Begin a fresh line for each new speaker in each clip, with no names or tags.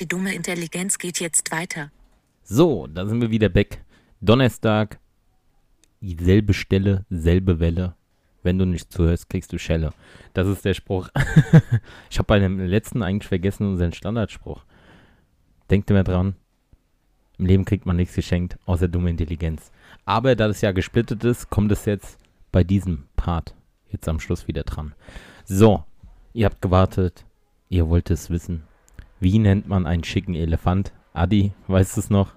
die dumme Intelligenz geht jetzt weiter.
So, da sind wir wieder back. Donnerstag, selbe Stelle, selbe Welle. Wenn du nicht zuhörst, kriegst du Schelle. Das ist der Spruch. ich habe bei dem letzten eigentlich vergessen unseren Standardspruch. Denkt immer dran, im Leben kriegt man nichts geschenkt, außer dumme Intelligenz. Aber da das ja gesplittet ist, kommt es jetzt bei diesem Part jetzt am Schluss wieder dran. So, ihr habt gewartet, ihr wollt es wissen. Wie nennt man einen schicken Elefant? Adi, weißt du es noch?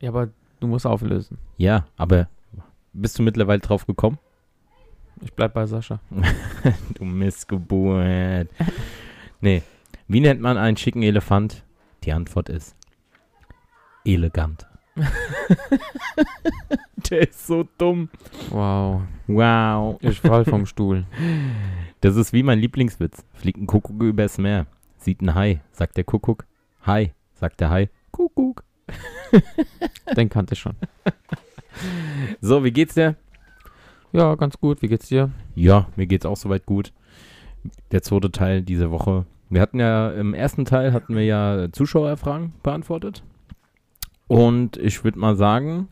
Ja, aber du musst auflösen.
Ja, aber bist du mittlerweile drauf gekommen?
Ich bleib bei Sascha.
Du Missgeburt. nee. Wie nennt man einen schicken Elefant? Die Antwort ist elegant. Der ist so dumm.
Wow.
Wow.
Ich fall vom Stuhl.
Das ist wie mein Lieblingswitz. Fliegt ein Kuckuck übers Meer. Sieht ein Hai, sagt der Kuckuck. Hai, sagt der Hai. Kuckuck.
Den kannte ich schon.
So, wie geht's dir?
Ja, ganz gut. Wie geht's dir?
Ja, mir geht's auch soweit gut. Der zweite Teil dieser Woche. Wir hatten ja im ersten Teil hatten wir ja Zuschauerfragen beantwortet. Und ich würde mal sagen,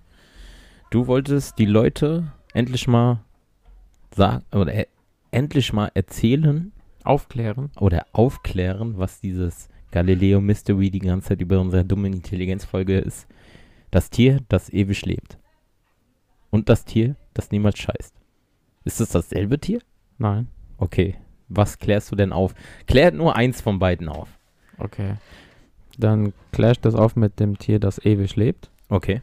du wolltest die Leute endlich mal sagen oder e endlich mal erzählen
Aufklären.
oder aufklären, was dieses Galileo Mystery die ganze Zeit über unsere dumme Intelligenzfolge ist. Das Tier, das ewig lebt. Und das Tier, das niemals scheißt. Ist es dasselbe Tier?
Nein.
Okay. Was klärst du denn auf? Klärt nur eins von beiden auf.
Okay. Dann clasht das auf mit dem Tier, das ewig lebt.
Okay.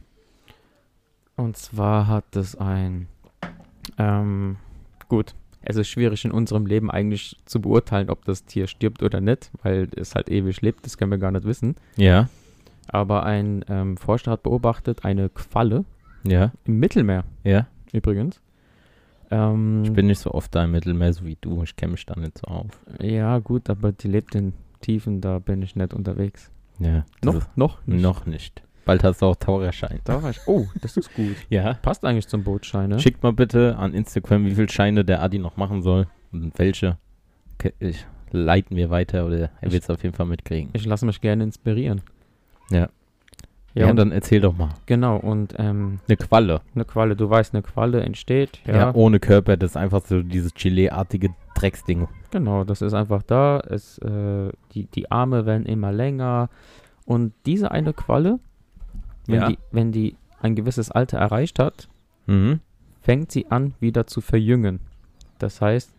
Und zwar hat es ein. Ähm, gut. Es ist schwierig in unserem Leben eigentlich zu beurteilen, ob das Tier stirbt oder nicht, weil es halt ewig lebt. Das können wir gar nicht wissen.
Ja.
Aber ein ähm, Forscher hat beobachtet eine Qualle
Ja.
im Mittelmeer
Ja.
übrigens. Ähm,
Ich bin nicht so oft da im Mittelmeer, so wie du. Ich kenne mich da nicht so auf.
Ja, gut, aber die lebt in Tiefen, da bin ich nicht unterwegs. Also,
Ja. Noch?
noch
Noch nicht. Bald hast du auch Taucherschein.
Da war ich. Oh, das ist gut.
Ja.
Passt eigentlich zum Bootschein, ne?
Schickt mal bitte an Instagram, wie viele Scheine der Adi noch machen soll und welche. Ke- Ich leiten wir weiter oder er wird es auf jeden Fall mitkriegen.
Ich lasse mich gerne inspirieren.
Ja.
Ja, und,
dann erzähl doch mal.
genau. Und ähm,
Eine Qualle.
eine Qualle, du weißt, eine Qualle entsteht. Ja,
Ja. ohne Körper, das ist einfach so dieses Gelee-artige Drecksding.
genau. Das ist einfach da. Es, äh, die, die Arme werden immer länger. Und diese eine Qualle, wenn,
Ja.
die, wenn die ein gewisses Alter erreicht hat,
Mhm.
fängt sie an, wieder zu verjüngen. Das heißt,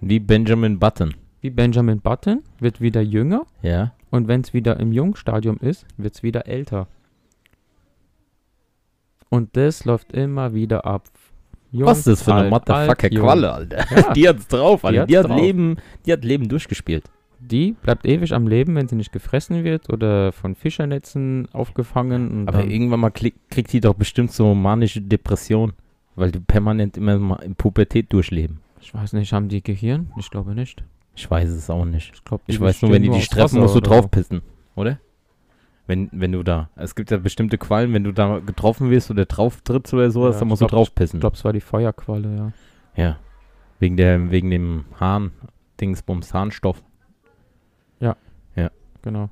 Wie Benjamin Button.
wie Benjamin Button wird wieder jünger.
Ja.
Und wenn es wieder im Jungstadium ist, wird es wieder älter. Und das läuft immer wieder ab. Jung,
Was ist das für eine
alt,
Motherfucker
alt, jung.
Qualle, Alter?
Ja, die,
Die hat's drauf, Alter.
hat's
Die, hat
drauf.
Leben, die hat Leben durchgespielt.
bleibt ewig am Leben, wenn sie nicht gefressen wird oder von Fischernetzen aufgefangen. Und
Aber
dann,
irgendwann mal klick, kriegt die doch bestimmt so manische Depression, weil die permanent immer mal in Pubertät durchleben.
ich weiß nicht, haben die Gehirn? Ich glaube nicht.
Ich weiß es auch nicht.
Ich, glaube,
Ich weiß nur, wenn die dich treffen, musst du
drauf.
draufpissen, oder? Wenn, wenn du da. Es gibt ja bestimmte Qualen, wenn du da getroffen wirst oder drauf trittst oder sowas,
Ja,
dann
ich
musst du
glaub,
draufpissen.
Ich glaube, es war die Feuerqualle, ja.
Ja. Wegen, der, wegen dem Hahn, Dingsbums, Harnstoff.
Genau.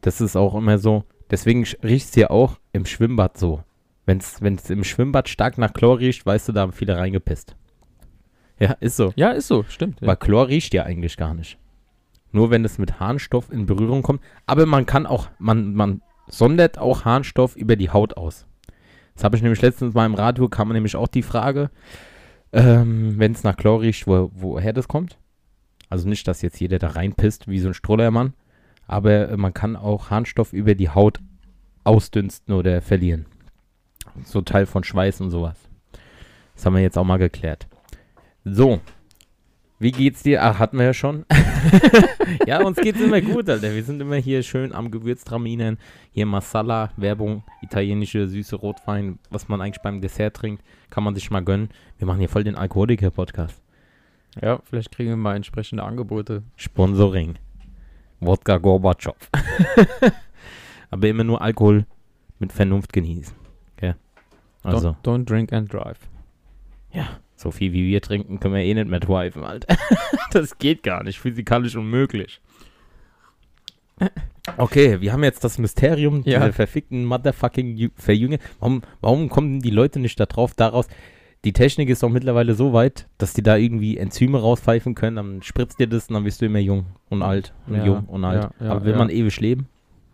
Das ist auch immer so. Deswegen riecht es ja auch im Schwimmbad so. Wenn es im Schwimmbad stark nach Chlor riecht, weißt du, da haben viele reingepisst. Ja, ist so.
Ja, ist so, stimmt. Ja.
Weil Chlor riecht ja eigentlich gar nicht. Nur wenn es mit Harnstoff in Berührung kommt. Aber man kann auch, man, man sondert auch Harnstoff über die Haut aus. Das habe ich nämlich letztens mal im Radio, kam nämlich auch die Frage, ähm, wenn es nach Chlor riecht, wo, woher das kommt. Also nicht, dass jetzt jeder da reinpisst wie so ein Strollermann, aber äh, man kann auch Harnstoff über die Haut ausdünsten oder verlieren. So Teil von Schweiß und sowas. Das haben wir jetzt auch mal geklärt. So, wie geht's dir? Ach, hatten wir ja schon. ja, uns geht's immer gut, Alter. Wir sind immer hier schön am Gewürztraminen. Hier Masala, Werbung, italienische süße Rotwein, was man eigentlich beim Dessert trinkt, kann man sich mal gönnen. Wir machen hier voll den Alkoholiker-Podcast.
ja, vielleicht kriegen wir mal entsprechende Angebote.
Sponsoring. Wodka Gorbatschow. Aber immer nur Alkohol mit Vernunft genießen. Okay? Also,
Don't, don't drink and drive.
so viel wie wir trinken, können wir eh nicht mehr twifen, Alter. das geht gar nicht. Physikalisch unmöglich. Okay, wir haben jetzt das Mysterium
Ja.
dieser verfickten motherfucking Ju- Verjüngung. Warum, warum kommen die Leute nicht darauf daraus? Die Technik ist doch mittlerweile so weit, dass die da irgendwie Enzyme rauspfeifen können, dann spritzt dir das und dann bist du immer jung und alt und
Ja,
jung und alt.
ja, ja,
Aber will
ja.
man ewig leben?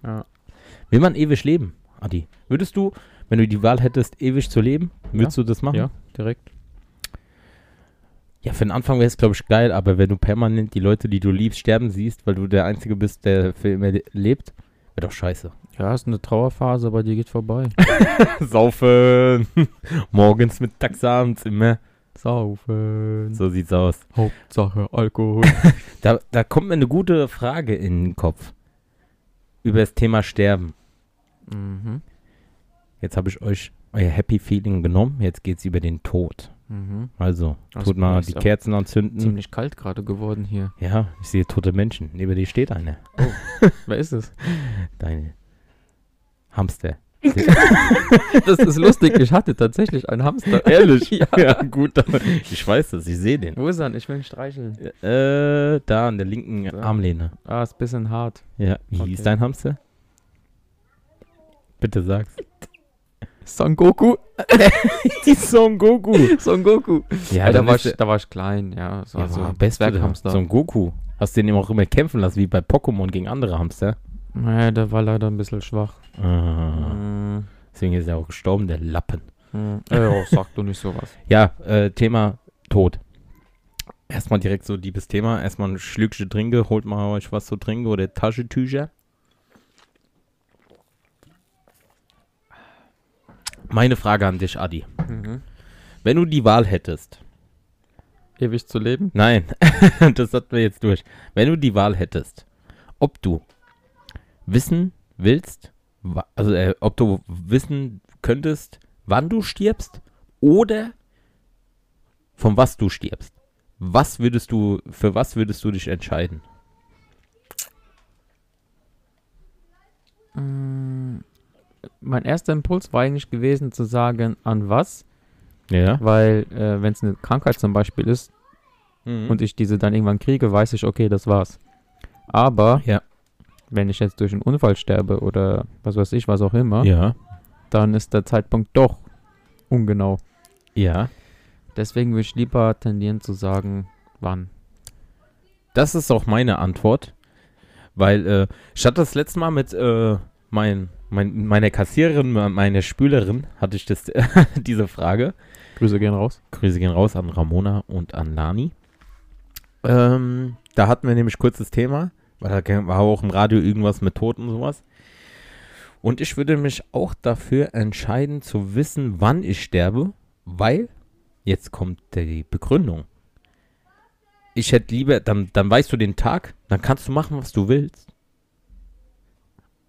Ja.
Will man ewig leben, Adi? Würdest du, wenn du die Wahl hättest, ewig zu leben, würdest du das machen?
Ja, direkt.
Ja, für den Anfang wäre es, glaube ich, geil, aber wenn du permanent die Leute, die du liebst, sterben siehst, weil du der Einzige bist, der für immer le- lebt, wäre doch scheiße.
Ja, ist eine Trauerphase, aber die geht vorbei.
Saufen! Morgens, mittags, abends, immer.
Saufen.
So sieht's aus.
Hauptsache Alkohol.
Da, da kommt mir eine gute Frage in den Kopf. Über das Thema Sterben.
mhm.
Jetzt habe ich euch euer Happy Feeling genommen, jetzt geht's über den Tod.
Mhm.
Also,
Das
tut mal
ist
die
aber
Kerzen anzünden.
Ziemlich kalt gerade geworden hier.
Ja, ich sehe tote Menschen. Neben dir steht einer.
Wer ist es?
Deine Hamster.
Das ist lustig. Ich hatte tatsächlich einen Hamster.
Ehrlich?
Ja.
ja, gut. aber Ich weiß das, ich sehe den.
Wo ist er? Ich will ihn streicheln.
Äh, da an der linken
Da.
Armlehne.
Ah, ist ein bisschen hart.
Ja. Wie hieß
Okay.
dein Hamster? Bitte sag's.
Son Goku.
Die Son Goku.
Son Goku.
Ja,
Alter,
dann
war
ist
ich, da war ich klein. Ja, so,
Ja,
so
so
ein
beste
Zwerghamster.
So ein Goku. Hast du den eben auch immer kämpfen lassen, wie bei Pokémon gegen andere Hamster?
Nee, der war leider ein bisschen schwach.
Ah,
Mhm.
deswegen ist er auch gestorben, der Lappen.
Mhm. Äh, oh, sag du nicht sowas.
Ja, äh, Thema Tod. Erstmal direkt so liebes Thema. Erstmal ein Schlückchen trinke, holt mal euch was zu trinken oder Taschentücher. Meine Frage an dich, Adi.
Mhm.
Wenn du die Wahl hättest,
Ewig zu leben?
Nein, das hatten wir jetzt durch. Wenn du die Wahl hättest, ob du wissen willst, wa- also äh, ob du wissen könntest, wann du stirbst oder von was du stirbst, was würdest du, für was würdest du dich entscheiden?
Mhm. Mein erster Impuls war eigentlich gewesen zu sagen, an was,
Ja.
weil äh, wenn es eine Krankheit zum Beispiel ist
Mhm.
und ich diese dann irgendwann kriege, weiß ich, okay, das war's. Aber
Ja.
wenn ich jetzt durch einen Unfall sterbe oder was weiß ich, was auch immer,
ja.
dann ist der Zeitpunkt doch ungenau.
Ja.
Deswegen würde ich lieber tendieren zu sagen, wann.
Das ist auch meine Antwort, weil äh, ich hatte das letzte Mal mit äh, mein, mein, meiner Kassiererin, me- meiner Spülerin, hatte ich das, diese Frage.
Grüße gehen raus.
Grüße gehen raus an Ramona und an Lani. Ähm, da hatten wir nämlich kurz das Thema, weil da war auch im Radio irgendwas mit Tod und sowas. Und ich würde mich auch dafür entscheiden zu wissen, wann ich sterbe, weil jetzt kommt die Begründung. Ich hätte lieber, dann, dann weißt du den Tag, dann kannst du machen, was du willst.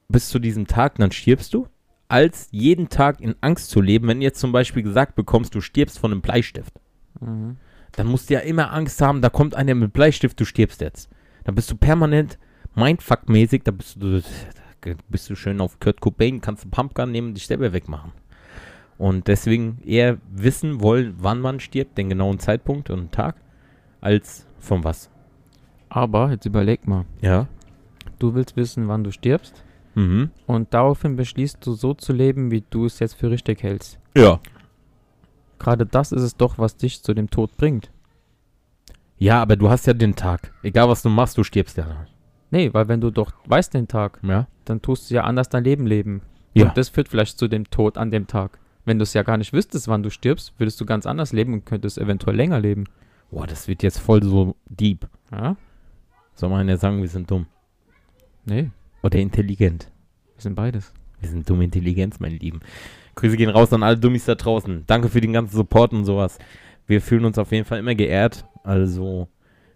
Bis zu diesem Tag, dann stirbst du als jeden Tag in Angst zu leben, wenn jetzt zum Beispiel gesagt bekommst, du stirbst von einem Bleistift.
Mhm.
Dann musst du ja immer Angst haben, da kommt einer mit Bleistift, du stirbst jetzt. Dann bist du permanent Mindfuck-mäßig, da bist du, da bist du schön auf Kurt Cobain, kannst einen Pumpgun nehmen und dich selber wegmachen. Und deswegen eher wissen wollen, wann man stirbt, den genauen Zeitpunkt und Tag, als von was.
Aber jetzt überleg mal.
Ja.
Du willst wissen, wann du stirbst
Mhm.
und daraufhin beschließt du so zu leben, wie du es jetzt für richtig hältst.
Ja.
Gerade das ist es doch, was dich zu dem Tod bringt.
Ja, aber du hast ja den Tag. Egal was du machst, du stirbst ja.
Nee, weil wenn du doch weißt den Tag,
Ja.
dann tust du ja anders dein Leben leben.
Ja.
Und das führt vielleicht zu dem Tod an dem Tag. Wenn du es ja gar nicht wüsstest, wann du stirbst, würdest du ganz anders leben und könntest eventuell länger leben.
Boah, das wird jetzt voll so deep.
Ja?
Soll man ja sagen, wir sind dumm.
Nee,
Oder intelligent.
wir sind beides.
Wir sind dumme Intelligenz, meine Lieben. Grüße gehen raus an alle Dummies da draußen. Danke für den ganzen Support und sowas. Wir fühlen uns auf jeden Fall immer geehrt. Also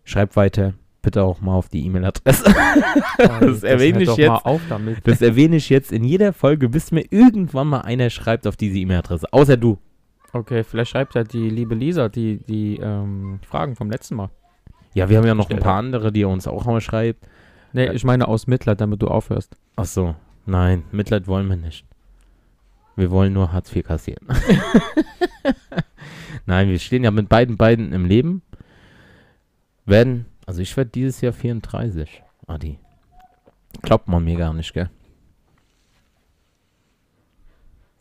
schreibt weiter. Bitte auch mal auf die E-Mail-Adresse. Das erwähne ich
hört doch
jetzt.
Mal auf damit.
Das erwähne ich jetzt in jeder Folge, bis mir irgendwann mal einer schreibt auf diese E-Mail-Adresse. Außer du.
Okay, vielleicht schreibt ja die liebe Lisa die, die ähm, Fragen vom letzten Mal.
Ja, wir haben ja noch ein paar andere, die uns auch mal schreibt.
Nee, ich meine aus Mitleid, damit du aufhörst.
Ach so. Nein, Mitleid wollen wir nicht. Wir wollen nur Hartz IV kassieren. Nein, wir stehen ja mit beiden beiden im Leben. Werden, also ich werde dieses Jahr 34, Adi. Glaubt man mir gar nicht, gell?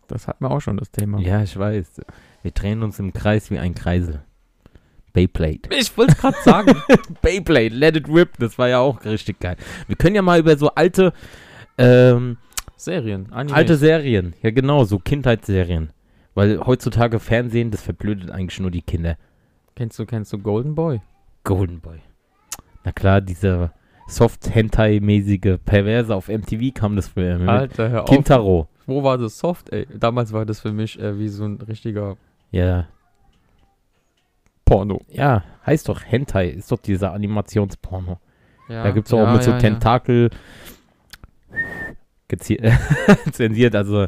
Das hatten wir auch schon, das Thema.
Ja, ich weiß. Wir drehen uns im Kreis wie ein Kreisel. Beyblade.
Ich wollte es gerade sagen.
Beyblade, let it rip. Das war ja auch richtig geil. Wir können ja mal über so alte, ähm,
Serien, Animes.
alte Serien, ja genau, so Kindheitsserien. Weil heutzutage Fernsehen, das verblödet eigentlich nur die Kinder.
kennst du, kennst du Golden Boy?
Golden Boy. Na klar, dieser Soft-Hentai-mäßige Perverse auf MTV kam das früher. immer mit.
Alter, hör Halt auf.
Kintaro.
Wo war das Soft, ey? Damals war das für mich äh, wie so ein richtiger
Ja.
Porno.
Ja, heißt doch Hentai, ist doch dieser Animationsporno.
Ja,
da gibt es auch mit so Tentakel gezi- zensiert, also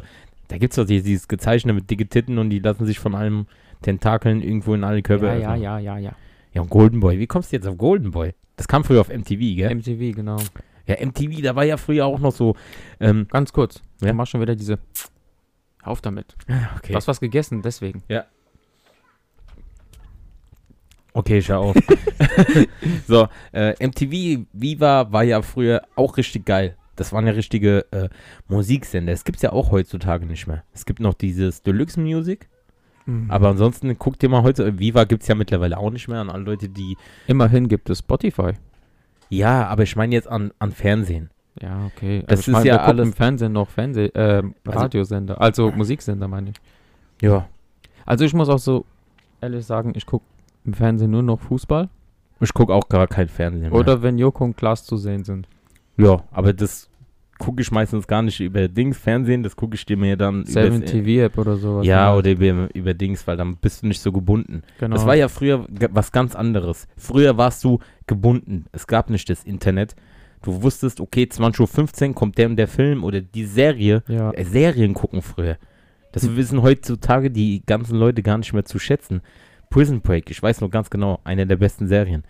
da gibt es doch die- dieses Gezeichnete mit dicke Titten und die lassen sich von allem Tentakeln irgendwo in alle Körper
Ja, ja,
öffnen.
ja, ja, ja.
Ja, und Golden Boy, wie kommst du jetzt auf Golden Boy? Das kam früher auf MTV, gell?
MTV, genau.
ja, MTV, da war ja früher auch noch so, ähm,
Ganz kurz.
Ja.
Du machst schon wieder diese. Hör Auf damit.
okay,
Du hast was gegessen, deswegen.
okay, schau auf. so, äh, MTV Viva war ja früher auch richtig geil. Das waren ja richtige äh, Musiksender. Es gibt es ja auch heutzutage nicht mehr. Es gibt noch dieses Deluxe Music. Aber ansonsten guckt ihr mal heute, äh, Viva gibt es ja mittlerweile auch nicht mehr an alle Leute, die.
immerhin gibt es Spotify.
Ja, aber ich meine jetzt an, an Fernsehen.
Ja, okay. Also
Das
ich
ist
meine,
ja
wir gucken
alles-
im Fernsehen noch Fernseh, ähm, Radiosender, also Musiksender meine ich.
Ja.
Also ich muss auch so ehrlich sagen, ich gucke im Fernsehen nur noch Fußball
Ich gucke auch gar kein Fernsehen. Mehr.
oder wenn Joko und Klaas zu sehen sind.
Ja, aber das gucke ich meistens gar nicht über Dings Fernsehen, das gucke ich dir mir dann
Seven
übers-
TV App oder sowas. ne?
Ja, oder über, über Dings, weil dann bist du nicht so gebunden.
genau.
Das war ja früher g- was ganz anderes. Früher warst du gebunden. Es gab nicht das Internet. Du wusstest, okay, 20.15 Uhr kommt der und der Film oder die Serie.
ja.
äh, Serien gucken früher. Das
Hm.
wissen heutzutage die ganzen Leute gar nicht mehr zu schätzen. Prison Break, ich weiß noch ganz genau, eine der besten Serien.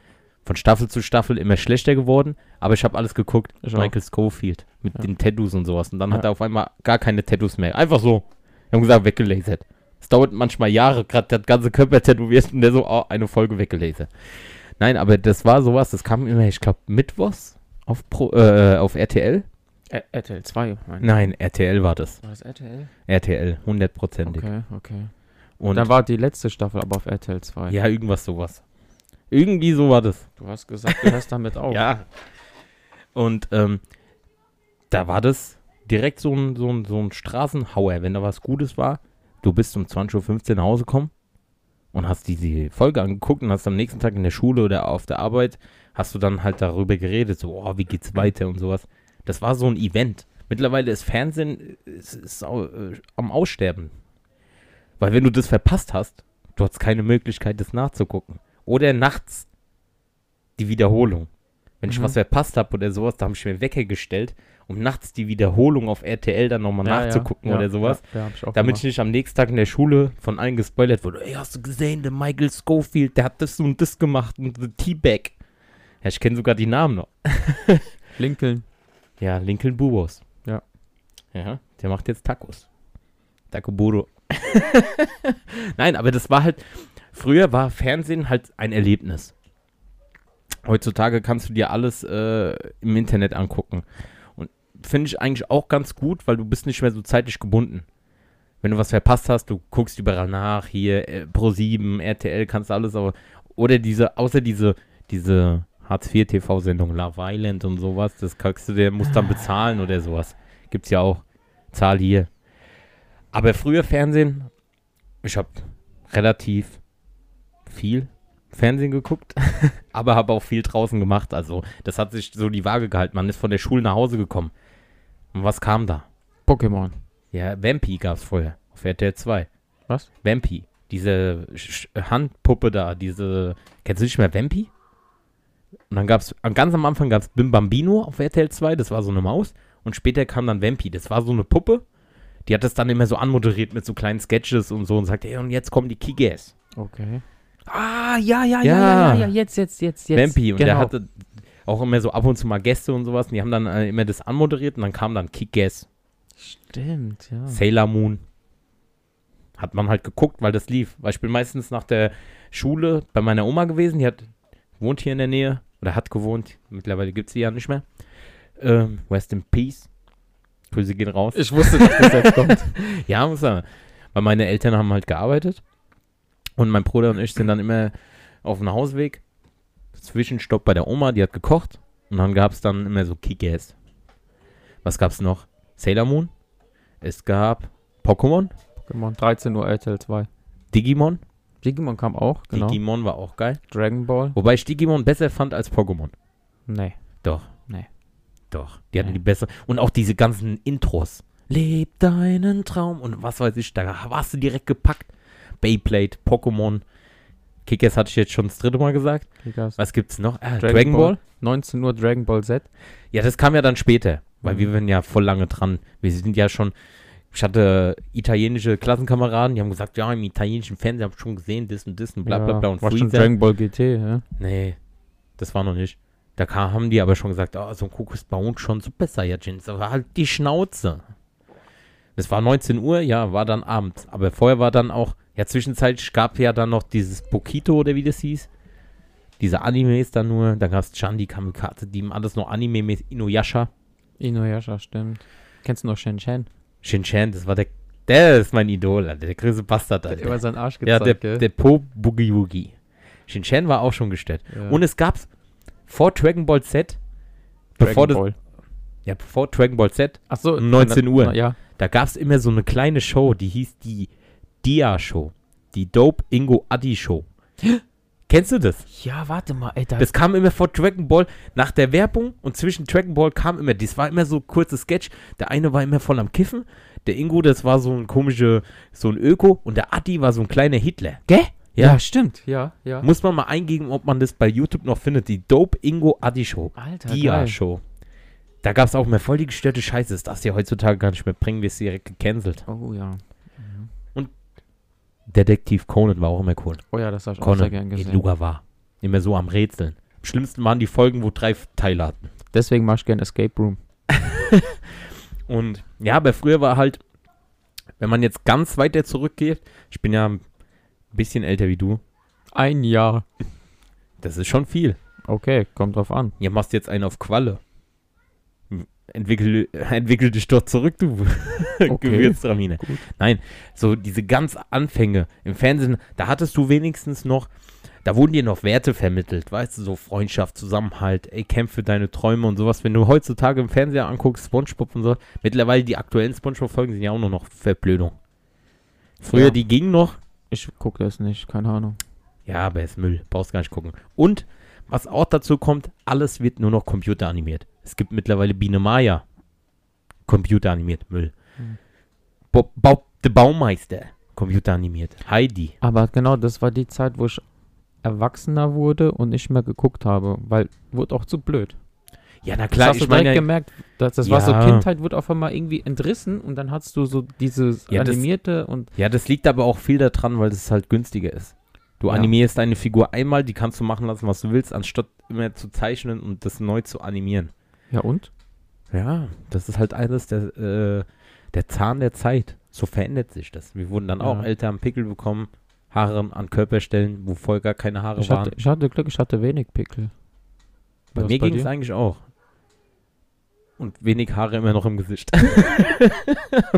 Von Staffel zu Staffel immer schlechter geworden, aber ich habe alles geguckt.
Ich auch.
Michael Schofield mit
Ja.
den Tattoos und sowas. Und dann hat
Ja.
er auf einmal gar keine Tattoos mehr. Einfach so. Wir haben gesagt, weggelasert. Es dauert manchmal Jahre, gerade der ganze Körper tätowiert und der so oh, eine Folge weggelasert. Nein, aber das war sowas, das kam immer, ich glaube, Mittwochs auf, Pro, äh, auf RTL.
RTL 2. Nein.
Nein, RTL war das.
War das RTL?
RTL, hundertprozentig.
Okay, okay.
Und
Dann war die letzte Staffel aber auf RTL 2.
ja, irgendwas sowas. Irgendwie so war das.
Du hast gesagt, du hörst damit auf.
Ja. Und ähm, da war das direkt so ein, so, ein, so ein Straßenhauer, wenn da was Gutes war. Du bist um 20.15 Uhr nach Hause gekommen und hast diese Folge angeguckt und hast am nächsten Tag in der Schule oder auf der Arbeit, hast du dann halt darüber geredet, so, oh, wie geht's weiter und sowas. Das war so ein Event. Mittlerweile ist Fernsehen äh, ist, ist, au- äh, am Aussterben. Weil wenn du das verpasst hast, du hast keine Möglichkeit, das nachzugucken. Oder nachts die Wiederholung. Wenn ich
Mhm.
was verpasst habe oder sowas, da habe ich mir Wecker gestellt, um nachts die Wiederholung auf RTL dann nochmal
Ja,
um nachzugucken
ja,
oder
ja,
sowas.
Ja, ja, hab ich auch
Damit ich
gemacht.
nicht am nächsten Tag in der Schule von allen gespoilert wurde. Ey, hast du gesehen, der Michael Schofield, der hat das und das gemacht und The Teabag. Ja, ich kenne sogar die Namen noch.
Lincoln.
Ja, Lincoln Bubos.
Ja.
Ja, der macht jetzt Tacos. Taco Buro. Nein, aber das war halt, früher war Fernsehen halt ein Erlebnis. Heutzutage kannst du dir alles äh, im Internet angucken. Und finde ich eigentlich auch ganz gut, weil du bist nicht mehr so zeitlich gebunden. Wenn du was verpasst hast, du guckst überall nach, hier äh, Pro7, RTL, kannst du alles, aber oder diese, außer diese, diese Hartz IV TV-Sendung, Love Island und sowas, das kriegst du, der muss dann bezahlen oder sowas. Gibt's ja auch. Zahl hier. Aber früher Fernsehen, ich habe relativ viel Fernsehen geguckt, aber habe auch viel draußen gemacht. Also das hat sich so die Waage gehalten. Man ist von der Schule nach Hause gekommen. Und was kam da?
Pokémon.
Ja, Vampi gab's vorher. Auf RTL 2.
Was?
Vampi. Diese Sch Sch- Handpuppe da, diese. Kennst du nicht mehr Vampi? Und dann gab's, am- ganz am Anfang gab's Bim Bambino auf RTL 2, das war so eine Maus. Und später kam dann Vampi, das war so eine Puppe. Die hat das dann immer so anmoderiert mit so kleinen Sketches und so und sagt, ey, und jetzt kommen die Kigas.
Okay.
Ah, ja, ja,
ja, ja, ja, jetzt, jetzt, jetzt, jetzt.
Vampi. Und der
Genau.
hatte auch immer so ab und zu mal Gäste und sowas. Und die haben dann äh, immer das anmoderiert und dann kam dann Kick-Ass.
Stimmt, ja.
Sailor Moon. Hat man halt geguckt, weil das lief. Weil ich bin meistens nach der Schule bei meiner Oma gewesen, die hat, wohnt hier in der Nähe oder hat gewohnt, mittlerweile gibt es sie ja nicht mehr. Ähm, rest in Peace. Grüße gehen raus.
Ich wusste, dass das jetzt kommt.
Ja, muss sagen. Weil meine Eltern haben halt gearbeitet. Und mein Bruder und ich sind dann immer auf dem Hausweg. Zwischenstopp bei der Oma, die hat gekocht. Und dann gab es dann immer so Kick-Ass. Was gab's noch? Sailor Moon. Es gab Pokémon.
Pokémon 13 Uhr RTL 2.
Digimon.
Digimon kam auch, genau.
Digimon war auch geil.
Dragon Ball.
Wobei ich Digimon besser fand als Pokémon.
Nee.
Doch.
Nee.
Doch. Die hatten
Nee.
die bessere. Und auch diese ganzen Intros. Leb deinen Traum und was weiß ich, da warst du direkt gepackt. Beyblade, Pokémon. Kickers hatte ich jetzt schon das dritte Mal gesagt.
Gigas.
Was gibt's noch? Ah, Dragon,
Dragon
Ball.
19 Uhr Dragon Ball Z.
Ja, das kam ja dann später, weil
Mhm.
wir waren ja voll lange dran. Wir sind ja schon. Ich hatte italienische Klassenkameraden, die haben gesagt, ja, im italienischen Fernsehen habe ich schon gesehen, das und das und bla bla
Ja,
bla und
war schon
Freezer.
Dragon Ball GT, ja.
Nee, das war noch nicht. Da kam, haben die aber schon gesagt, ah, so ein Kokos bei uns schon Super Saiyajin. Das war halt die Schnauze. Das war 19 Uhr, ja, war dann abends. Aber vorher war dann auch, ja, zwischenzeitlich gab ja dann noch dieses Pokito oder wie das hieß. Diese Animes dann nur. Dann gab es Chandi, Kamikaze, die haben alles noch Anime mit Inuyasha.
Inuyasha, stimmt. Kennst du noch Shen Shen?
Shinchan, das war der, der ist mein Idol, Alter. Der größte Bastard,
Der hat
Alter.
immer seinen Arsch
ja,
gezeigt,
der,
gell?
der Po Boogie Woogie. Shinchan war auch schon gestellt.
ja.
Und es gab vor Dragon Ball Z,
Dragon
bevor, das,
Ball.
ja, bevor Dragon Ball Z,
Ach so,
um 19
na-
Uhr.
na Ja,
da gab es immer so eine kleine Show, die hieß die Dia-Show. Die Dope Ingo Adi Show. Kennst du das?
ja, warte mal, ey, da
Das kam immer vor Dragon Ball. Nach der Werbung und zwischen Dragon Ball kam immer, das war immer so ein kurzer Sketch. Der eine war immer voll am Kiffen. Der Ingo, das war so ein komischer, so ein Öko. Und der Adi war so ein kleiner Hitler.
Gell?
Ja.
Ja, stimmt. Ja, ja.
Muss man mal eingeben, ob man das bei YouTube noch findet. Die Dope Ingo Adi Show.
Alter, geil.
Dia-Show. Da gab es auch mehr voll die gestörte Scheiße. Das darfst du ja heutzutage gar nicht mehr bringen. Wirst direkt gecancelt.
Oh ja.
Detektiv Conan war auch immer cool.
Oh ja, das hast du auch sehr
Conan,
gern
in
gesehen.
Luga war. Immer so am Rätseln. Am schlimmsten waren die Folgen, wo drei Teile hatten.
Deswegen mach ich gern Escape Room.
Und ja, aber früher war halt, wenn man jetzt ganz weiter zurückgeht, ich bin ja ein bisschen älter wie du.
Ein Jahr.
Das ist schon viel.
Okay, kommt drauf an.
Ihr machst jetzt einen auf Qualle. Entwickel, entwickel dich doch zurück, du Gewürztramine.
Gut.
Nein, so diese ganz Anfänge im Fernsehen, da hattest du wenigstens noch, da wurden dir noch Werte vermittelt, weißt du, so Freundschaft, Zusammenhalt, ey, kämpfe deine Träume und sowas. Wenn du heutzutage im Fernseher anguckst, Spongebob und so, mittlerweile die aktuellen Spongebob-Folgen sind ja auch nur noch Verblödung. Früher,
Ja.
die gingen noch,
Ich guck das nicht, keine Ahnung.
ja, aber ist Müll. Brauchst gar nicht gucken. Und was auch dazu kommt, alles wird nur noch computeranimiert. Es gibt mittlerweile Biene Maya. Computeranimiert, Müll.
Mhm.
Bob, Bob der Baumeister. Computeranimiert. Heidi.
Aber genau, das war die Zeit, wo ich erwachsener wurde und nicht mehr geguckt habe, weil wurde auch zu blöd.
Ja, na klar,
das hast
ich
du direkt
meine, ja,
gemerkt, dass das war so
Ja.
Kindheit wurde auf einmal irgendwie entrissen und dann hattest du so dieses
Ja, das-
animierte und
ja, das liegt aber auch viel daran, weil es halt günstiger ist. Du
Ja.
animierst deine Figur einmal, die kannst du machen lassen, was du willst, anstatt immer zu zeichnen und das neu zu animieren.
ja und
Ja, das ist halt alles der, äh, der Zahn der Zeit. So verändert sich das. Wir wurden dann auch
Ja.
älter, haben Pickel bekommen, Haare an Körperstellen, wo vorher gar keine Haare
ich
waren.
hatte, ich hatte Glück, ich hatte wenig Pickel.
bei
Was
mir ging es
dir?
eigentlich auch. Und wenig Haare immer noch im Gesicht.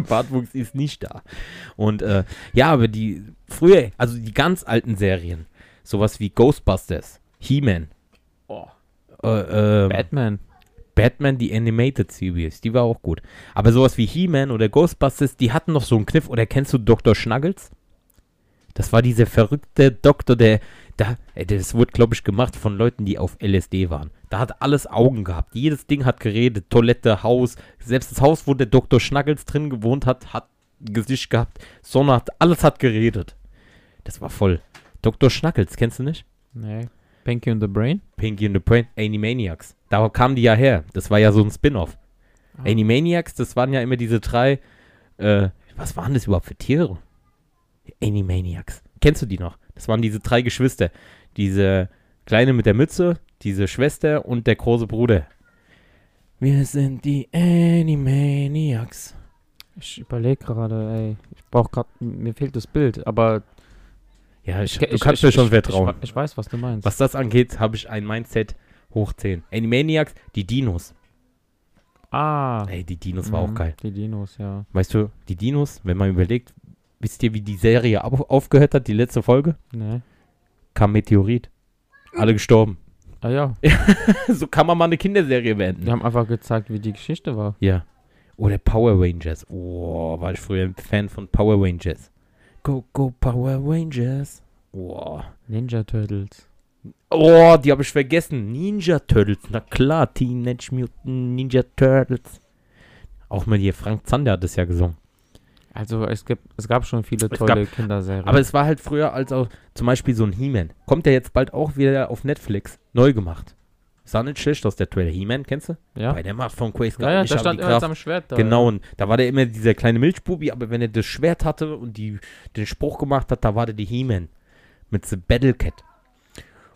Bartwuchs ist nicht da. Und äh, ja, aber die früher, also die ganz alten Serien, sowas wie Ghostbusters, He-Man, äh, ähm,
Oh, Batman.
Batman, die Animated Series, die war auch gut. Aber sowas wie He-Man oder Ghostbusters, die hatten noch so einen Kniff. Oder kennst du Dr. Schnuggles? Das war dieser verrückte Doktor, der da, ey, das wurde, glaube ich, gemacht von Leuten, die auf LSD waren. Da hat alles Augen gehabt. Jedes Ding hat geredet. Toilette, Haus. Selbst das Haus, wo der Dr. Schnuggles drin gewohnt hat, hat ein Gesicht gehabt. Sonne hat, alles hat geredet. Das war voll. Dr. Schnuggles, kennst du nicht?
Nee. Pinky and the Brain.
Pinky and the Brain, Animaniacs. Da kamen die ja her. Das war ja so ein Spin-off.
Ah.
Animaniacs, das waren ja immer diese drei. Äh, was waren das überhaupt für Tiere? Animaniacs. Kennst du die noch? Das waren diese drei Geschwister. Diese kleine mit der Mütze, diese Schwester und der große Bruder. Wir sind die Animaniacs.
Ich überlege gerade, ey. Ich brauche gerade, mir fehlt das Bild, aber.
Ja, ich,
Ke-
du kannst mir schon vertrauen.
Ich, ich weiß, was du meinst.
was das angeht, habe ich ein Mindset hoch 10. Animaniacs, die Dinos.
Ah.
Ey, die Dinos war auch
mhm,
geil.
Die Dinos, ja.
Weißt du, die Dinos, wenn man überlegt, wisst ihr, wie die Serie au- aufgehört hat, die letzte Folge?
Ne?
Kam Meteorit. Alle gestorben.
Ah ja,
so kann man mal eine Kinderserie beenden.
die haben einfach gezeigt, wie die Geschichte war.
Ja. Oder Power Rangers. Oh, war ich früher ein Fan von Power Rangers. Go, go, Power Rangers. Oh,
Ninja Turtles.
oh die habe ich vergessen. Ninja Turtles. Na klar, Teenage Mutant Ninja Turtles. Auch mal hier, Frank Zander hat es ja gesungen.
Also es gibt, es gab schon viele
Es
tolle Kinderserien.
Aber es war halt früher als auch zum Beispiel so ein He-Man. Kommt der jetzt bald auch wieder auf Netflix. Neu gemacht. Sah nicht schlecht aus, der Trailer. He-Man, kennst du?
ja,
Bei der Macht von Quays
ja, ja da stand er jetzt am Schwert da.
Genau, und da war der immer dieser kleine Milchbubi, aber wenn er das Schwert hatte und die, den Spruch gemacht hat, da war der die He-Man mit The Battle Cat.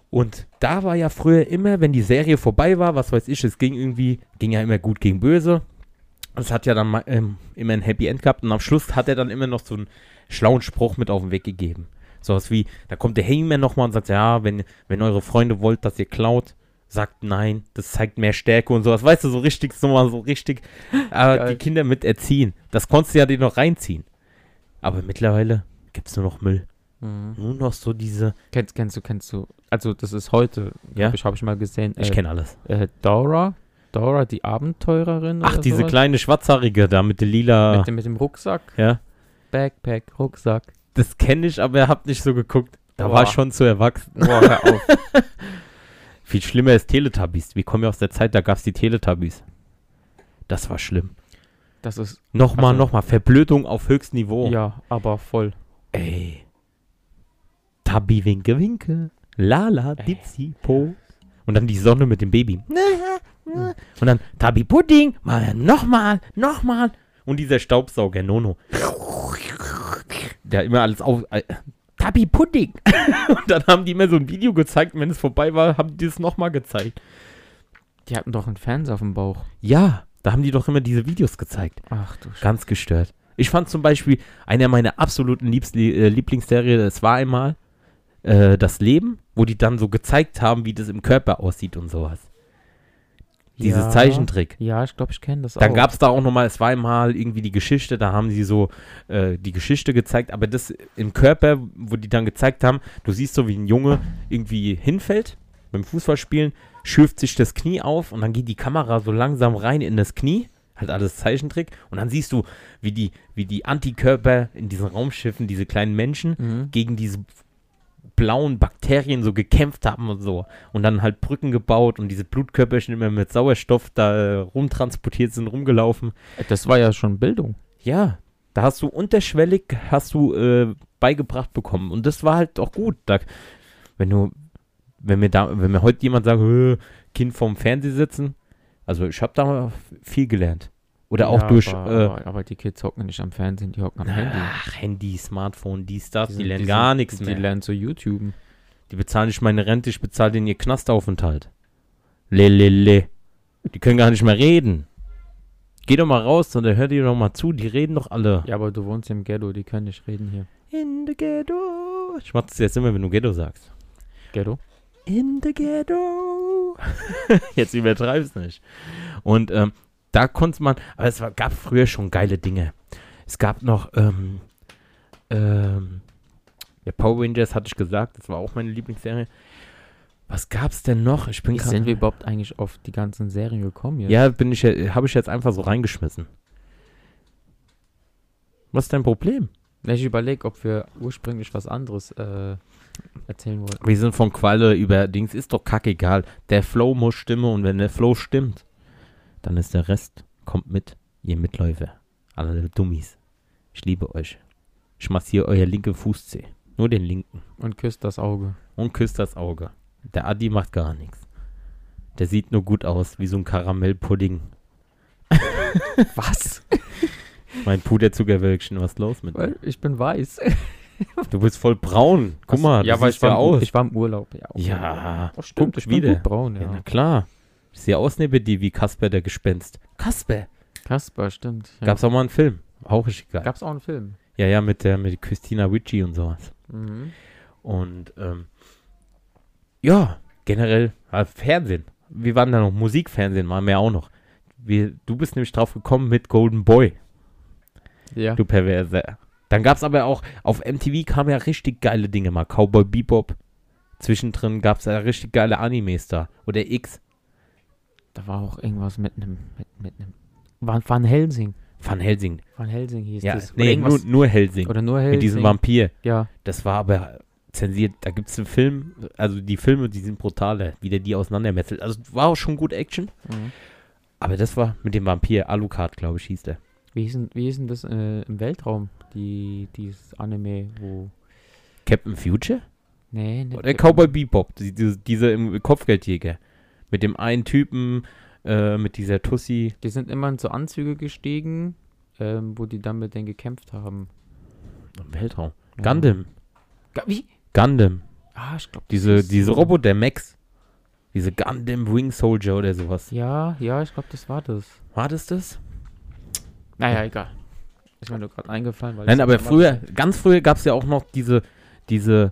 Und da war ja früher immer, wenn die Serie vorbei war, was weiß ich, es ging irgendwie, ging ja immer gut gegen böse. Es hat ja dann mal, ähm, immer ein Happy End gehabt und am Schluss hat er dann immer noch so einen schlauen Spruch mit auf den Weg gegeben. Sowas wie, da kommt der Hangman nochmal und sagt, ja, wenn, wenn eure Freunde wollt, dass ihr klaut, sagt nein, das zeigt mehr Stärke und sowas. Weißt du, so richtig, so mal so richtig, aber
Geil.
die Kinder mit erziehen. Das konntest du ja dir noch reinziehen. Aber mittlerweile gibt es nur noch Müll.
Mhm.
Nur noch so diese,
Kennst, kennst du, kennst du. Also das ist heute,
Ja?
ja? ich, habe ich mal gesehen.
ich kenne alles.
äh, äh, Dora. Dora, die Abenteurerin.
Ach,
oder
diese
sowas.
kleine Schwarzhaarige da mit der lila,
Mit dem, mit dem Rucksack.
ja.
Backpack, Rucksack.
Das kenne ich, aber hab nicht so geguckt. Da
Boah.
war ich schon zu erwachsen.
Boah, hör auf.
Viel schlimmer ist Teletubbies. Wir kommen ja aus der Zeit, da gab es die Teletubbies. Das war schlimm.
Das ist,
Nochmal,
Also-
nochmal. Verblödung auf höchstem Niveau.
ja, aber voll.
Ey. Tabi winke winke. Lala dipsi po. Und dann die Sonne mit dem Baby. Und dann Tabi Pudding. Mal nochmal, nochmal. Und dieser Staubsauger Nono. Der immer alles auf. Äh, Tabi Pudding. Und dann haben die immer so ein Video gezeigt. Und wenn es vorbei war, haben die es nochmal gezeigt.
Die hatten doch einen Fernseher auf dem Bauch.
Ja, da haben die doch immer diese Videos gezeigt.
Ach du Scheiße.
Ganz gestört. Ich fand zum Beispiel eine meiner absoluten Liebst äh, Lieblingsserien, das war einmal äh, Das Leben, wo die dann so gezeigt haben, wie das im Körper aussieht und sowas. Dieses
Ja.
Zeichentrick.
Ja, ich glaube, ich kenne das
Dann
auch.
gab es da auch nochmal, es war einmal irgendwie die Geschichte, da haben sie so äh, die Geschichte gezeigt, aber das im Körper, wo die dann gezeigt haben, du siehst so, wie ein Junge irgendwie hinfällt beim Fußballspielen, schürft sich das Knie auf und dann geht die Kamera so langsam rein in das Knie, halt alles Zeichentrick, und dann siehst du, wie die, wie die Antikörper in diesen Raumschiffen, diese kleinen Menschen,
Mhm.
gegen diese blauen Bakterien so gekämpft haben und so. Und dann halt Brücken gebaut und diese Blutkörperchen immer mit Sauerstoff da äh, rumtransportiert sind, rumgelaufen.
Das war ja schon Bildung.
Ja, da hast du unterschwellig, hast du äh, beigebracht bekommen. Und das war halt auch gut. Da, wenn du, wenn mir da, wenn mir heute jemand sagt, "Äh, Kind vorm Fernseher sitzen, also ich habe da viel gelernt. Oder auch
ja,
durch
Aber,
äh,
aber, aber die Kids hocken nicht am Fernsehen, die hocken am Handy.
ach, Handy, Smartphone, dies, das, die,
sind-
lernen
sind-
gar nichts
die
mehr.
Die lernen zu YouTuben.
Die bezahlen nicht meine Rente, ich bezahle denen ihr Knastaufenthalt. Lelele. Die können gar nicht mehr reden. Geh doch mal raus und dann hör dir doch mal zu. Die reden doch alle.
Ja, aber du wohnst im Ghetto, die können nicht reden hier.
In the ghetto. Ich mach das jetzt immer, wenn du Ghetto sagst.
Ghetto?
In the ghetto. jetzt übertreib's nicht. Und ähm, da konnte man, aber es war, gab früher schon geile Dinge. Es gab noch, ähm, ähm, ja, Power Rangers hatte ich gesagt, das war auch meine Lieblingsserie. Was gab's denn noch? Ich bin
Wie
grad-
sind wir überhaupt eigentlich auf die ganzen Serien gekommen jetzt?
Ja, bin ich, äh, habe ich jetzt einfach so reingeschmissen. Was ist dein Problem?
Ich überlege, ob wir ursprünglich was anderes äh, erzählen wollten.
Wir sind von Qualle über Dings, ist doch kackegal. Der Flow muss stimmen und wenn der Flow stimmt, dann ist der Rest, kommt mit, ihr Mitläufer. Alle Dummies. Ich liebe euch. Ich massiere euer linke Fußzeh. Nur den linken.
Und küsst das Auge.
Und küsst das Auge. Der Adi macht gar nichts. Der sieht nur gut aus, wie so ein Karamellpudding.
Was?
Mein Puderzuckerwölkchen, was ist los mit dir?
Ich bin weiß.
Du bist voll braun. Guck
Was-
mal,
ja,
du
weil
siehst
ich war,
ja
im Ur-
aus.
ich war im Urlaub. Ja, okay.
Ja,
Oh, stimmt,
guck
ich bin
wieder.
gut braun,
Ja, na
ja.
klar. Ich sehe aus neben dir wie Kasper der Gespenst. Kasper.
Kasper, stimmt. Ja.
Gab's auch mal einen Film. Auch richtig geil.
Gab's auch einen Film.
Ja, ja, mit der mit Christina Ricci und sowas.
Mhm.
Und ähm, äh, ja, generell, ah, Fernsehen. Wir waren da noch Musikfernsehen, waren wir auch noch. wir, du bist nämlich drauf gekommen mit Golden Boy,
Ja.
du Perverser. Dann gab es aber auch, auf MTV kamen ja richtig geile Dinge mal. Cowboy Bebop. Zwischendrin gab es ja richtig geile Animes da. Oder X.
Da war auch irgendwas mit einem. Mit, mit einem Van, Van Helsing.
Van Helsing.
Van Helsing hieß
Ja,
das.
nee, nur,
irgendwas-
nur Helsing.
oder nur Helsing.
Mit diesem Vampir.
Ja.
Das war aber zensiert. Da gibt es einen Film, also die Filme, die sind brutaler, wie der die auseinandermetzelt. Also war auch schon gut Action.
Mhm.
Aber das war mit dem Vampir, Alucard, glaube ich, hieß der.
Wie hieß denn, wie hieß denn das äh, im Weltraum? Die, dieses Anime, wo.
Captain Future?
Nee, ne, nicht
Oder
Captain-
Cowboy Bebop, die, die, dieser im Kopfgeldjäger. Mit dem einen Typen, äh, mit dieser Tussi.
Die sind immer in so Anzüge gestiegen, ähm, wo die dann mit denen gekämpft haben.
Im Weltraum.
Ja.
Gundam.
Ga- Wie?
Gundam.
Ah, ich glaube,
Diese, diese Roboter, Max. Diese Gundam Wing Soldier oder sowas.
Ja, ja, ich glaube, das war das.
War das das?
Naja, egal. Ist mir nur gerade eingefallen, weil.
Nein,
das
aber
damals-
früher, ganz früher gab es ja auch noch diese, diese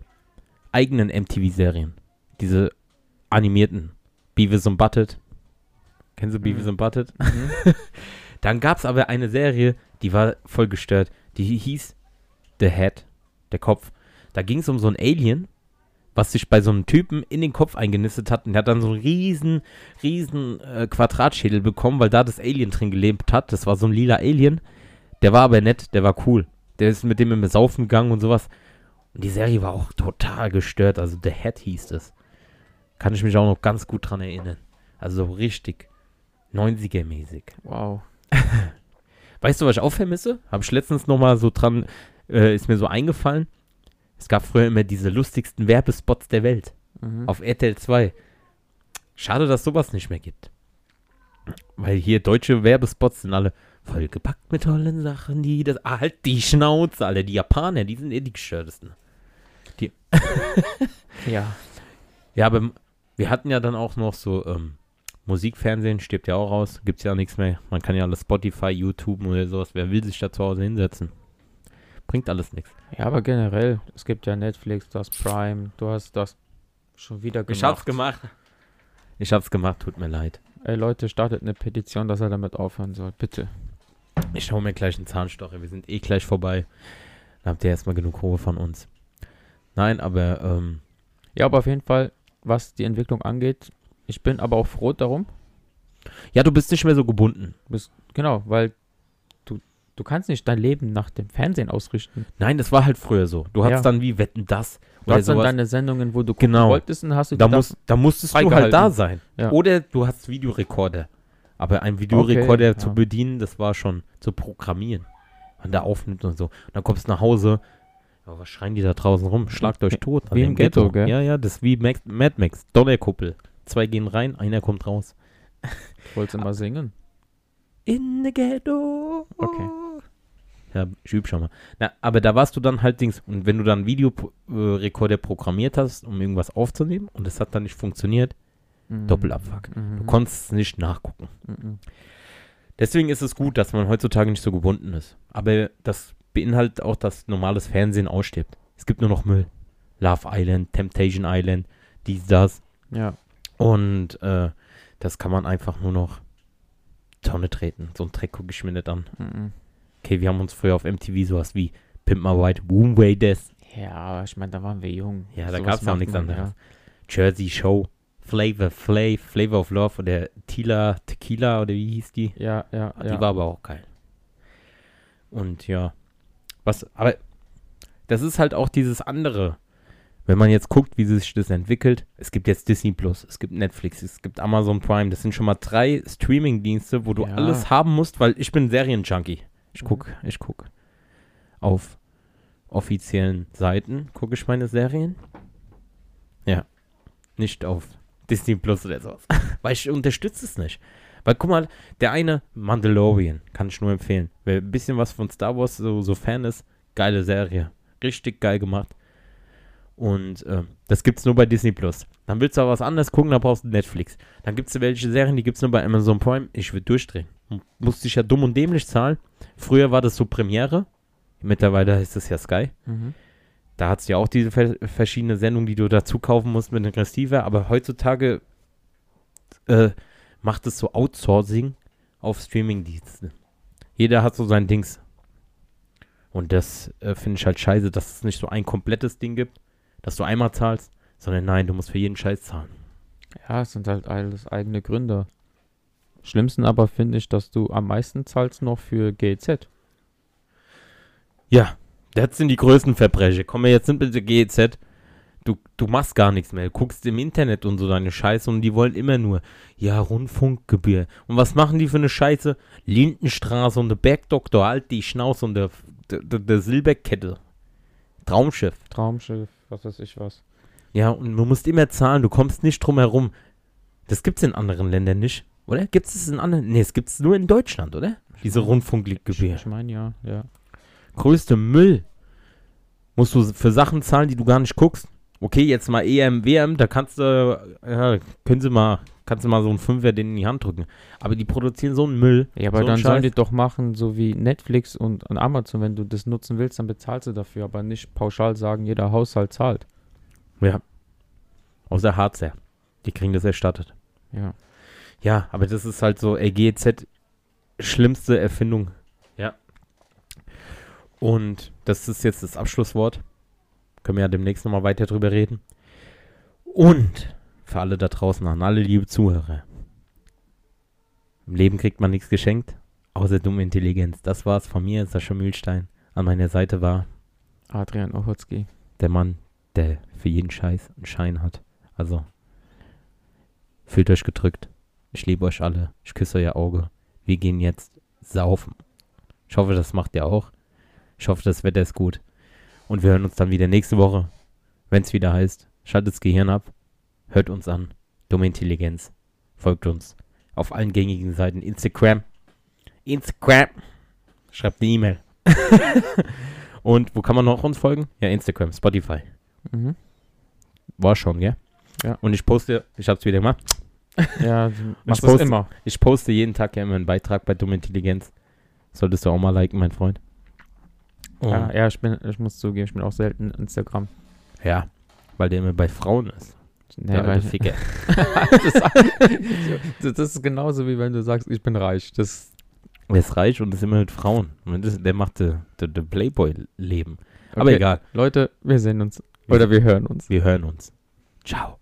eigenen MTV-Serien. Diese animierten. Beavis und Butthead. Kennst du Beavis
Hm.
und Butthead?
Mhm.
Dann gab es aber eine Serie, die war voll gestört. Die hieß The Head, der Kopf. Da ging es um so ein Alien, was sich bei so einem Typen in den Kopf eingenistet hat. Und der hat dann so einen riesen, riesen äh, Quadratschädel bekommen, weil da das Alien drin gelebt hat. Das war so ein lila Alien. Der war aber nett, der war cool. Der ist mit dem immer saufen gegangen und sowas. Und die Serie war auch total gestört. Also The Head hieß es. Kann ich mich auch noch ganz gut dran erinnern. Also so richtig 90er-mäßig.
Wow.
Weißt du, was ich auch vermisse? Habe ich letztens nochmal so dran, äh, ist mir so eingefallen. Es gab früher immer diese lustigsten Werbespots der Welt
Mhm.
auf RTL 2. Schade, dass sowas nicht mehr gibt. Weil hier deutsche Werbespots sind alle vollgepackt mit tollen Sachen, die das. Ah, halt die Schnauze, alle. Die Japaner, die sind eh die gestörtesten.
Ja.
Ja, aber m- wir hatten ja dann auch noch so ähm, Musikfernsehen, stirbt ja auch aus, gibt's ja nichts mehr. Man kann ja alles Spotify, YouTube oder sowas. Wer will sich da zu Hause hinsetzen? Bringt alles nichts.
Ja, aber generell, es gibt ja Netflix, du hast Prime, du hast das schon wieder gemacht.
Ich hab's gemacht. Ich hab's gemacht, tut mir leid.
Ey, Leute, startet eine Petition, dass er damit aufhören soll. Bitte.
Ich hau mir gleich einen Zahnstocher, wir sind eh gleich vorbei. Dann habt ihr erstmal genug Ruhe von uns. Nein, aber ähm,
Ja, aber auf jeden Fall, was die Entwicklung angeht, ich bin aber auch froh darum.
ja, du bist nicht mehr so gebunden.
Genau, weil du, du kannst nicht dein Leben nach dem Fernsehen ausrichten.
Nein, das war halt früher so. Du hattest
Ja.
dann wie Wetten das
Du
oder
hast dann
sowas.
deine Sendungen, wo du gucken
Genau.
wolltest und hast du
Da,
gedacht,
musst, da musstest du halt da
Freigehalten.
sein.
Ja.
Oder du hast Videorekorder. Aber einen Videorekorder
Okay,
zu
ja.
bedienen, das war schon zu programmieren. Man da aufnimmt und so. Und dann kommst du nach Hause. Ja, was schreien die da draußen rum? Schlagt euch tot.
Wie im Ghetto, gell?
Ja, ja, das ist wie Max, Mad Max. Donnerkuppel. Zwei gehen rein, einer kommt raus.
wolltest immer singen.
In the Ghetto.
Okay.
Ja, ich üb schon mal. Na, aber da warst du dann halt Dings. Und wenn du dann einen Videorekorder programmiert hast, um irgendwas aufzunehmen, und es hat dann nicht funktioniert,
Mhm.
Doppelabfuck. Du
Mhm.
konntest es nicht nachgucken.
Mhm.
Deswegen ist es gut, dass man heutzutage nicht so gebunden ist. Aber das beinhaltet auch, dass normales Fernsehen ausstirbt. Es gibt nur noch Müll. Love Island, Temptation Island, dies, das.
Ja,
Und äh, das kann man einfach nur noch Tonne treten. So ein Dreck gucke ich mir nicht an.
mhm.
Okay, wir haben uns früher auf MTV sowas wie Pimp My White, Boom Raiders,
ja, aber ich meine, da waren wir jung.
Ja, da
Sowas
gab's ja auch
macht
nichts
man,
anderes. Jersey Show, Flavor Flav, Flavor of Love oder Tila Tequila oder wie hieß die?
Ja, ja, ja.
Die war aber auch geil. Und ja, was, aber das ist halt auch dieses andere. Wenn man jetzt guckt, wie sich das entwickelt, es gibt jetzt Disney Plus, es gibt Netflix, es gibt Amazon Prime, das sind schon mal drei Streaming-Dienste, wo du
Ja. Mhm.
alles haben musst, weil ich bin Serien-Junkie. Ich guck, ich guck auf offiziellen Seiten gucke ich meine Serien. Ja, nicht auf Disney Plus oder sowas. Weil ich unterstütze es nicht. Weil guck mal, der eine Mandalorian kann ich nur empfehlen. Wer ein bisschen was von Star Wars so, so Fan ist, geile Serie. Richtig geil gemacht. Und äh, das gibt's nur bei Disney Plus. Dann willst du aber was anderes gucken, dann brauchst du Netflix. Dann gibt's welche Serien, die gibt's nur bei Amazon Prime. Ich würde durchdrehen. M- Musste ich ja dumm und dämlich zahlen. Früher war das so Premiere. Mittlerweile heißt es ja Sky.
Mhm.
Da hat es ja auch diese ver verschiedene Sendungen, die du dazu kaufen musst mit einem Receiver, aber heutzutage äh, macht es so Outsourcing auf Streamingdienste. Jeder hat so sein Dings. Und das äh, finde ich halt scheiße, dass es nicht so ein komplettes Ding gibt, dass du einmal zahlst, sondern nein, du musst für jeden Scheiß zahlen.
Ja, es sind halt alles eigene Gründe. Schlimmsten aber finde ich, dass du am meisten zahlst noch für GZ.
Ja, das sind die größten Verbrecher. Komm, jetzt sind bitte GEZ. Du, du machst gar nichts mehr. Du guckst im Internet und so deine Scheiße und die wollen immer nur, ja, Rundfunkgebühr. Und was machen die für eine Scheiße? Lindenstraße und der Bergdoktor, halt die Schnauze und der, der, der- der Silberkette. Traumschiff.
Traumschiff, was weiß ich was.
Ja, und du musst immer zahlen, du kommst nicht drum herum. Das gibt's in anderen Ländern nicht, oder? Gibt's es in anderen? Nee, es gibt's nur in Deutschland, oder? Diese Rundfunkgebühr.
Ich meine, ja, ja.
größte Müll. Musst du für Sachen zahlen, die du gar nicht guckst. Okay, jetzt mal E EM, WM, da kannst du, ja, können sie mal, kannst du mal so einen Fünfer denen in die Hand drücken. Aber die produzieren so einen Müll.
Ja, aber
so einen
dann sollen
Scheiß.
die doch machen, so wie Netflix und, und Amazon. Wenn du das nutzen willst, dann bezahlst du dafür, aber nicht pauschal sagen, jeder Haushalt zahlt.
Ja. Außer Harzer. Die kriegen das erstattet.
Ja.
Ja, aber das ist halt so RGZ schlimmste Erfindung. Ja. Und das ist jetzt das Abschlusswort. Können wir ja demnächst nochmal weiter drüber reden. Und für alle da draußen, an alle liebe Zuhörer. Im Leben kriegt man nichts geschenkt, außer dumme Intelligenz. Das war's von mir, Sascha Mühlstein. An meiner Seite war
Adrian Ochotski.
der Mann, der für jeden Scheiß einen Schein hat. Also, fühlt euch gedrückt. Ich liebe euch alle. Ich küsse euer Auge. Wir gehen jetzt saufen. Ich hoffe, das macht ihr auch. Ich hoffe, das Wetter ist gut. Und wir hören uns dann wieder nächste Woche, wenn es wieder heißt. Schaltet das Gehirn ab. Hört uns an. Dumme Intelligenz. Folgt uns. Auf allen gängigen Seiten. Instagram. Instagram. Schreibt eine E-Mail. Und wo kann man noch uns folgen? Ja, Instagram, Spotify.
Mhm.
War schon, gell?
Ja.
Und ich poste, ich hab's wieder gemacht,
Ja,
machst
machst das
poste-
immer.
ich poste jeden Tag ja immer einen Beitrag bei Dumme Intelligenz. Solltest du auch mal liken, mein Freund. Ah, Und,
Ja, ja ich, bin, ich muss zugeben, ich bin auch selten Instagram.
ja, weil der immer bei Frauen ist.
Nee,
der
weil
alte
ich-
Ficker.
das, das ist genauso wie wenn du sagst, ich bin reich. Das
Der ist reich und ist immer mit Frauen. Und das, der macht äh, der de, de Playboy-Leben. Aber
Okay.
egal,
Leute, wir sehen uns. Oder wir hören uns.
wir hören uns. Ciao.